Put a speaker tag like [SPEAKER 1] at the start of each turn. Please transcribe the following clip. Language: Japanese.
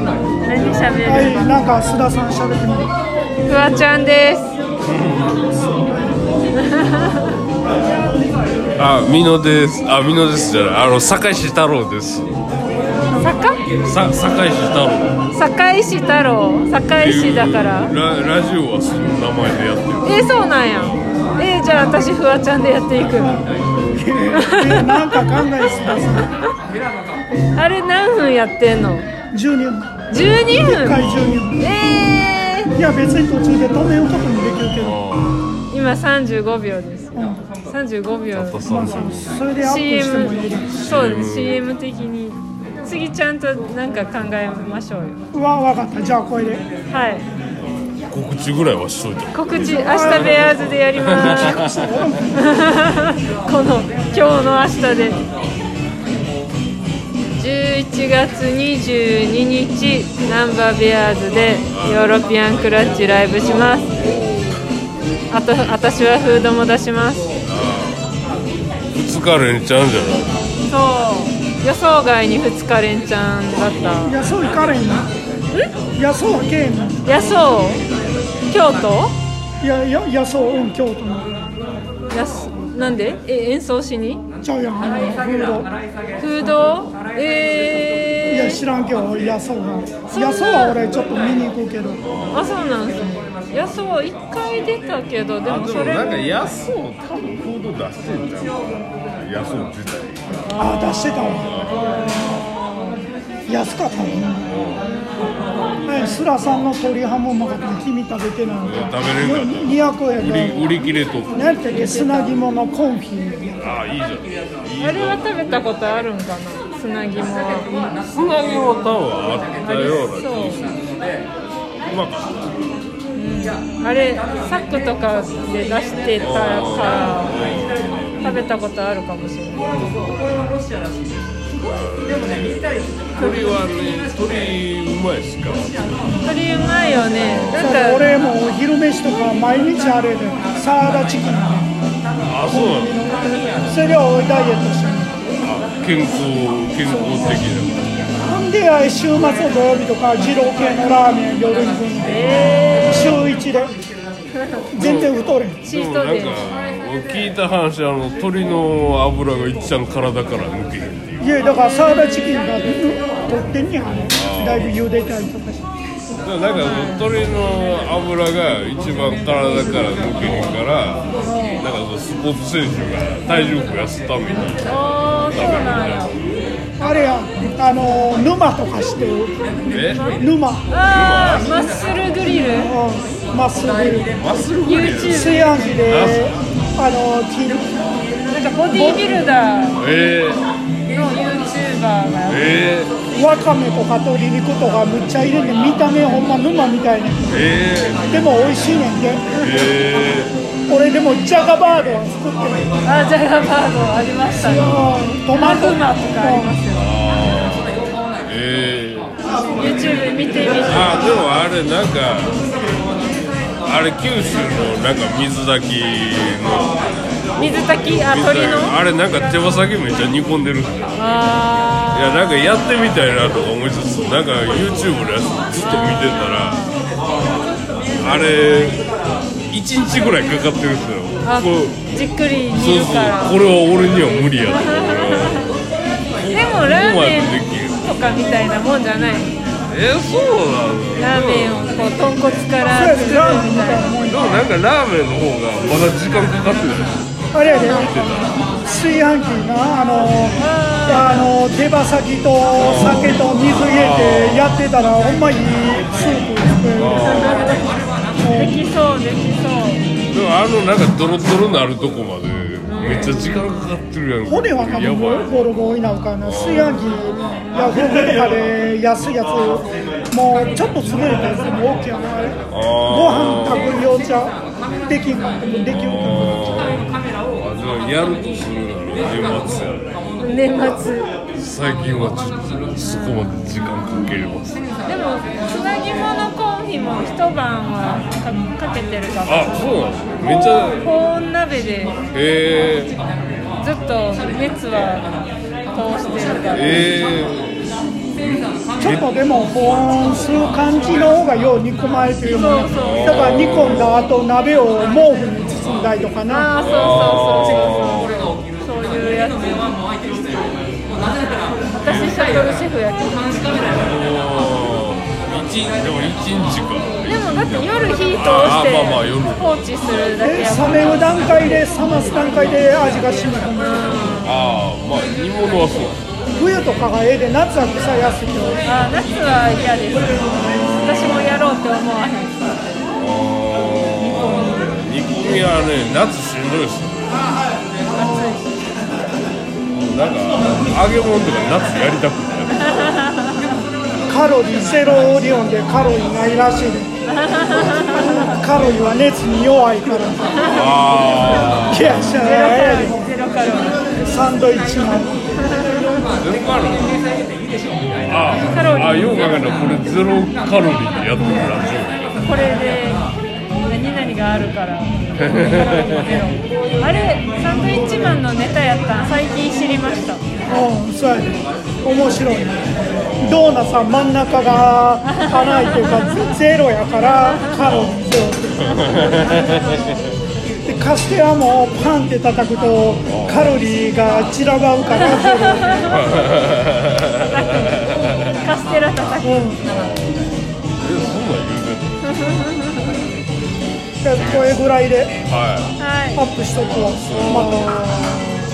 [SPEAKER 1] しゃべる
[SPEAKER 2] はい、なんか須田さん喋っても
[SPEAKER 1] フワちゃんです
[SPEAKER 3] あ、美濃です。あ、美濃ですじゃない。あの、堺市太郎です。
[SPEAKER 1] 坂
[SPEAKER 3] さ、堺市太郎。
[SPEAKER 1] 堺市太郎堺市だから
[SPEAKER 3] ラ、ラジオはその名前でやってる。
[SPEAKER 1] えー、そうなんやえー、じゃあ私フワちゃんでやっていく
[SPEAKER 2] えなんか考え須田さん
[SPEAKER 1] あれ何分やってんの
[SPEAKER 2] 12分
[SPEAKER 1] 12
[SPEAKER 2] 1回
[SPEAKER 1] 分
[SPEAKER 2] 12分
[SPEAKER 1] えー、
[SPEAKER 2] いや別に途中で止めようとかもできるけど、
[SPEAKER 1] 今35秒です
[SPEAKER 2] うん
[SPEAKER 1] 35秒
[SPEAKER 3] あと
[SPEAKER 2] まあ、
[SPEAKER 3] 三十
[SPEAKER 2] そ
[SPEAKER 3] 分
[SPEAKER 2] それでアップしてもいい
[SPEAKER 1] CM そうです CM 的に次ちゃんとなんか考えましょうよ
[SPEAKER 2] うわわかったじゃあこれで
[SPEAKER 1] はい
[SPEAKER 3] 告知ぐらいはしといた。
[SPEAKER 1] 告知明日ベアーズでやりますこの今日の明日で11月22日ナンバーベアーズでヨーロピアンクラッチライブしますあと私はフードも出します
[SPEAKER 3] 二日連ちゃうんじゃない。
[SPEAKER 1] そう予想外に2日連チャンだっ
[SPEAKER 2] 野草行かれへんのん野草はけえへんの
[SPEAKER 1] た野草京都
[SPEAKER 2] いやいや野草うん京都の
[SPEAKER 1] やすなんでえ演奏しに
[SPEAKER 2] ちゃうやんあのフード
[SPEAKER 1] 空洞え
[SPEAKER 2] い
[SPEAKER 1] ー、
[SPEAKER 2] や知らんけど俺野草は野草は俺ちょっと見に行くけど
[SPEAKER 1] あそうなんですねいやそう一回出たけどでもそれも
[SPEAKER 3] 安を多分行動出してんじゃん。安を自体。
[SPEAKER 2] ああ出してたわ安かったもんねスラさんの鶏ハムもうまかった君食べてないの
[SPEAKER 3] いや食べれん
[SPEAKER 2] 200
[SPEAKER 3] かった
[SPEAKER 2] 円で
[SPEAKER 3] 売り、売り切れとく。
[SPEAKER 2] 何やったっけ砂肝のコンフィ
[SPEAKER 3] あ、いいじゃん。いい
[SPEAKER 1] あれは食べたことあるんかな砂肝は
[SPEAKER 3] つなぎは多分あった
[SPEAKER 1] あり
[SPEAKER 3] ような気
[SPEAKER 1] そ
[SPEAKER 3] がする。うまかっ
[SPEAKER 1] うあれサックとかで出してたから食べたことあるかもしれない
[SPEAKER 3] た。鳥はね、鳥うまいっすから。
[SPEAKER 1] 鶏うまいよねなん
[SPEAKER 2] ー
[SPEAKER 1] か
[SPEAKER 2] 俺もうお昼飯とか毎日あれでサラダチキン
[SPEAKER 3] あ、そうなの。
[SPEAKER 2] それで俺ダイエットしてる
[SPEAKER 3] あ、健康、健康的な。
[SPEAKER 2] ほんで週末の土曜日とか二郎系のラーメン夜に食うの
[SPEAKER 1] え
[SPEAKER 2] 週一で全然太れん
[SPEAKER 1] ー、
[SPEAKER 3] でもなんか
[SPEAKER 1] チートデイ
[SPEAKER 3] 聞いた話あの鶏の油がいっちゃん体から抜けへんっていう
[SPEAKER 2] いやだからサラダチキンが取ってんねやあれだいぶ茹でたりとかして
[SPEAKER 3] だからなんか鶏の油が一番体から抜けへんからなんかそのスポーツ選手が体重増やすために食べるみ
[SPEAKER 1] あーそうなんや
[SPEAKER 2] あれやあの沼とかしてる
[SPEAKER 3] たいなえ
[SPEAKER 2] 沼
[SPEAKER 1] あーマッスルグリル
[SPEAKER 2] うんまっすぐ
[SPEAKER 3] マッスルフリー
[SPEAKER 1] YouTube
[SPEAKER 2] 炊飯器であの切る
[SPEAKER 1] なんかボディービルダーの
[SPEAKER 3] えー、
[SPEAKER 1] YouTuber が
[SPEAKER 3] えー、
[SPEAKER 2] わかめとか鶏肉とかむっちゃ入れて見た目ほんま沼みたいね
[SPEAKER 3] えー、
[SPEAKER 2] でも美味しいねんで
[SPEAKER 3] え
[SPEAKER 2] 俺でもジャガバードは作ってる
[SPEAKER 1] あジャガバードありましたね
[SPEAKER 2] うんトマ
[SPEAKER 1] マ
[SPEAKER 2] ト
[SPEAKER 1] グマとかありますよ
[SPEAKER 3] ー、えー、
[SPEAKER 1] YouTube 見てみて
[SPEAKER 3] あでもあれなんかあれ九州のなんか水炊きの
[SPEAKER 1] 水炊きあ
[SPEAKER 3] 水炊
[SPEAKER 1] 鳥
[SPEAKER 3] き
[SPEAKER 1] の
[SPEAKER 3] あれなんか手羽先めっちゃ煮込んでるんだよい
[SPEAKER 1] あ
[SPEAKER 3] やなんかやってみたいなとか思いつつなんか YouTube のやつずっと見てたらあれ1日ぐらいかかってるんですよ
[SPEAKER 1] ーあ
[SPEAKER 3] こう
[SPEAKER 1] じっくり
[SPEAKER 3] そ
[SPEAKER 1] 煮
[SPEAKER 3] う
[SPEAKER 1] る
[SPEAKER 3] そう
[SPEAKER 1] から
[SPEAKER 3] これは俺には無理やと思
[SPEAKER 1] でもラーメンとかみたいなもんじゃない
[SPEAKER 3] えそうなの
[SPEAKER 1] ラーメンをこう豚骨から
[SPEAKER 2] そうや
[SPEAKER 1] 作る
[SPEAKER 2] で
[SPEAKER 1] み
[SPEAKER 2] ラーメンみ
[SPEAKER 1] た
[SPEAKER 2] た
[SPEAKER 1] い
[SPEAKER 2] いな
[SPEAKER 1] な
[SPEAKER 2] もんや
[SPEAKER 3] でもなんかラーメンの方がまだ時間かかってない
[SPEAKER 2] あれやで炊飯器なあのあの手羽先と酒と水入れてやってたらほんまいいスープ作れる
[SPEAKER 1] できそうできそう
[SPEAKER 3] でもあのなんかドロドロなるとこまでめっちゃ時間かかってるやん
[SPEAKER 2] 骨は多
[SPEAKER 3] や
[SPEAKER 2] 分ボロ
[SPEAKER 3] ばい
[SPEAKER 2] ボロボロになるからな炊飯器ヤフオクとかで安いやつもうちょっと潰れたやつでも OK やなあれ
[SPEAKER 3] あ
[SPEAKER 2] ご
[SPEAKER 3] ー
[SPEAKER 2] 飯炊く用ちゃうできんかってもできる
[SPEAKER 3] あー
[SPEAKER 2] か
[SPEAKER 3] あでもやるとするなら年末やね
[SPEAKER 1] 年末
[SPEAKER 3] 最近はちょっとそこまで時間かけれます
[SPEAKER 1] でもつなぎものコンフィも一晩はかかけてるかも
[SPEAKER 3] あそうなんですねめっちゃ
[SPEAKER 1] 高温鍋で
[SPEAKER 3] えー、
[SPEAKER 1] ずっと熱は通してるから
[SPEAKER 3] えー、
[SPEAKER 1] つ
[SPEAKER 2] ちょっとでも保温する感じの方がよう肉前というもの
[SPEAKER 1] そうそう
[SPEAKER 2] だから煮込んだ後鍋を毛布に包んだりとか
[SPEAKER 1] ああ
[SPEAKER 2] な
[SPEAKER 1] そうそうそうそうそういうやつ私シャトルシェフやけど
[SPEAKER 3] おー一日でも一日か
[SPEAKER 1] でもだって夜火通して
[SPEAKER 3] あーまあまあ夜
[SPEAKER 1] 放置するだけ
[SPEAKER 2] で
[SPEAKER 1] やもん
[SPEAKER 2] 冷める段階で冷ます段階で味が染み込む
[SPEAKER 3] ああまあ煮物はそう
[SPEAKER 2] 冬とかがええで夏は腐りやすいよ
[SPEAKER 1] あー夏は嫌です私もやろうって思わへん
[SPEAKER 3] あー煮込みはね夏しんどいっすよなんか揚げ物とか夏やりたくない
[SPEAKER 2] カロリーゼロオリオンでカロリーないらしいねカロリーは熱に弱いから
[SPEAKER 3] あ
[SPEAKER 2] ケアし
[SPEAKER 1] ゼロカ
[SPEAKER 2] な
[SPEAKER 1] ロリ
[SPEAKER 2] い
[SPEAKER 1] ーゼロカロリ
[SPEAKER 2] サンドイッチマン
[SPEAKER 3] ーゼロカロリーあー
[SPEAKER 1] カロリー
[SPEAKER 3] あーよう考えたらこれゼロカロリーでやってるら しい
[SPEAKER 1] ーこれで何々があるからゼロあれサンドイッチマンのネタやったん最近知りました
[SPEAKER 2] うん、そうやね。面白い。ドーナツは真ん中が辛いというか、ゼロやから、カロリーゼロ。で、カステラもパンって叩くと、カロリーが散らばうから、ゼ
[SPEAKER 1] カステラ叩き
[SPEAKER 2] ロ。うん、
[SPEAKER 3] えそんなん言うてんの
[SPEAKER 2] でこれぐらいで
[SPEAKER 3] はい
[SPEAKER 1] はい
[SPEAKER 2] アップしとくわ。また